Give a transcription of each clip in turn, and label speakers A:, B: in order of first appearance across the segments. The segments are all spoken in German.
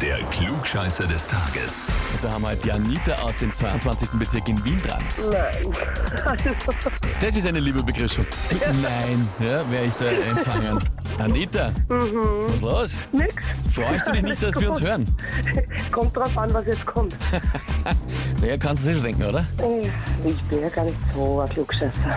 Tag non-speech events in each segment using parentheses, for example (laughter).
A: Der Klugscheißer des Tages.
B: Und Da haben wir halt die Anita aus dem 22. Bezirk in Wien dran.
C: Nein.
B: Das ist eine liebe Begrüßung. Nein, ja, wäre ich da empfangen. Anita, was los?
C: Nix.
B: Freust du dich nicht, dass
C: (laughs)
B: wir uns hören?
C: Kommt drauf an, was jetzt kommt.
B: Naja, kannst du es eh schon denken, oder?
C: Äh, Ich bin ja gar nicht so ein Klugscheißer.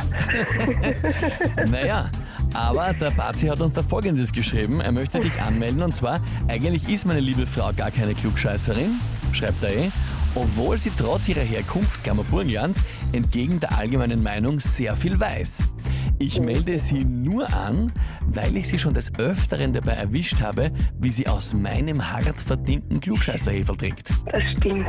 B: Naja, aber der Bazi hat uns da Folgendes geschrieben. Er möchte dich anmelden und zwar, eigentlich ist meine liebe Frau gar keine Klugscheißerin, schreibt er eh, obwohl sie trotz ihrer Herkunft, Klammer Burgenland, entgegen der allgemeinen Meinung sehr viel weiß. Ich melde sie nur an, weil ich sie schon des Öfteren dabei erwischt habe, wie sie aus meinem hart verdienten Klugscheißerhefel trinkt.
C: Das stimmt.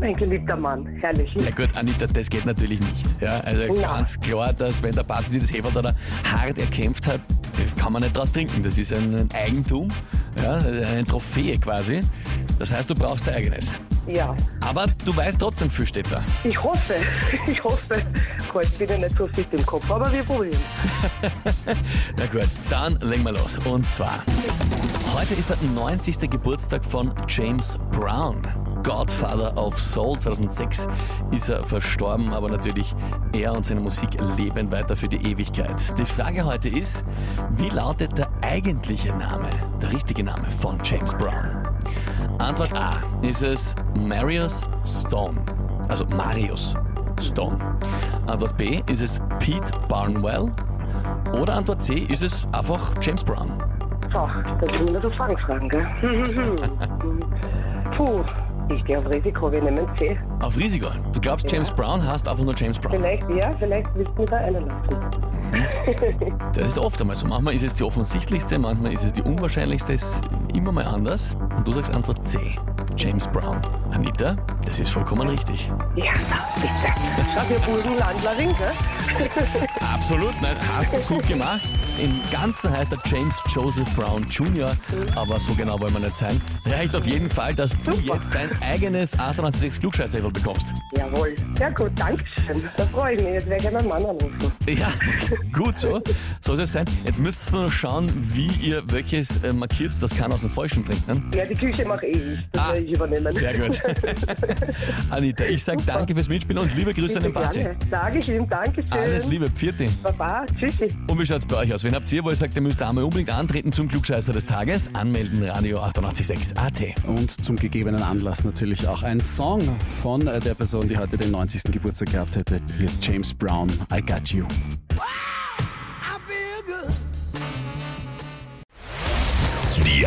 C: Mein geliebter Mann. Herrlich.
B: Ja gut, Anita, das geht natürlich nicht. Ja, also
C: Ja.
B: ganz klar, dass wenn der Bazi sich das Heferl da hart erkämpft hat, das kann man nicht draus trinken. Das ist ein Eigentum, ja, eine Trophäe quasi. Das heißt, du brauchst dein eigenes.
C: Ja.
B: Aber du weißt trotzdem viel steht da.
C: Ich hoffe, (laughs) ich hoffe. Gott, bin ja nicht so fit im Kopf, aber wir probieren.
B: Na gut, dann legen wir los. Und zwar, heute ist der 90. Geburtstag von James Brown. Godfather of Soul 2006 ist er verstorben, aber natürlich er und seine Musik leben weiter für die Ewigkeit. Die Frage heute ist, wie lautet der eigentliche Name, der richtige Name von James Brown? Antwort A ist es Marius Stone, also Marius Stone. Antwort B ist es Pete Barnwell oder Antwort C ist es einfach James Brown.
C: So, das sind nur so Fangfragen, gell? (laughs) Puh, ich gehe auf Risiko, wir nehmen C.
B: Auf Risiko. Du glaubst, James Brown heißt einfach nur James Brown.
C: Vielleicht ja, vielleicht willst du mir da einen lassen.
B: Das ist oft einmal so. Manchmal ist es die offensichtlichste, manchmal ist es die unwahrscheinlichste. Es ist immer mal anders. Und du sagst Antwort C. James Brown. Anita, das ist vollkommen richtig.
C: Ja, so, bitte. Schau, wir Burgenlandlerin, gell?
B: Absolut, nein, hast (laughs) du gut gemacht. Im Ganzen heißt er James Joseph Brown Jr., aber so genau wollen wir nicht sein. Reicht auf jeden Fall, dass du jetzt dein eigenes 886 Klugscheißhefel bekommst.
C: Jawohl. Sehr gut, danke schön. Da freue ich mich. Jetzt werde ich meinen Mann anrufen.
B: Ja, (laughs) gut so. So soll es sein. Jetzt müsst ihr nur schauen, wie ihr welches äh, markiert. Das kann aus dem Falschen trinken.
C: Ja, die Küche mache eh ich. Das
B: Ah,
C: werde ich übernehmen.
B: Sehr gut. Anita, ich sage danke fürs Mitspielen und liebe Grüße an den Bazi.
C: Sage ich ihm, danke schön.
B: Alles Liebe, Pfirti.
C: Baba, tschüssi.
B: Und wie schaut's bei euch aus? Wenn habt ihr, wo ihr sagt, ihr müsst einmal unbedingt antreten zum Klugscheißer des Tages, anmelden Radio 886 AT.
D: Und zum gegebenen Anlass natürlich auch ein Song von äh, der Person, die heute den 90. Geburtstag gehabt hätte. Hier ist James Brown, I Got You.
A: Die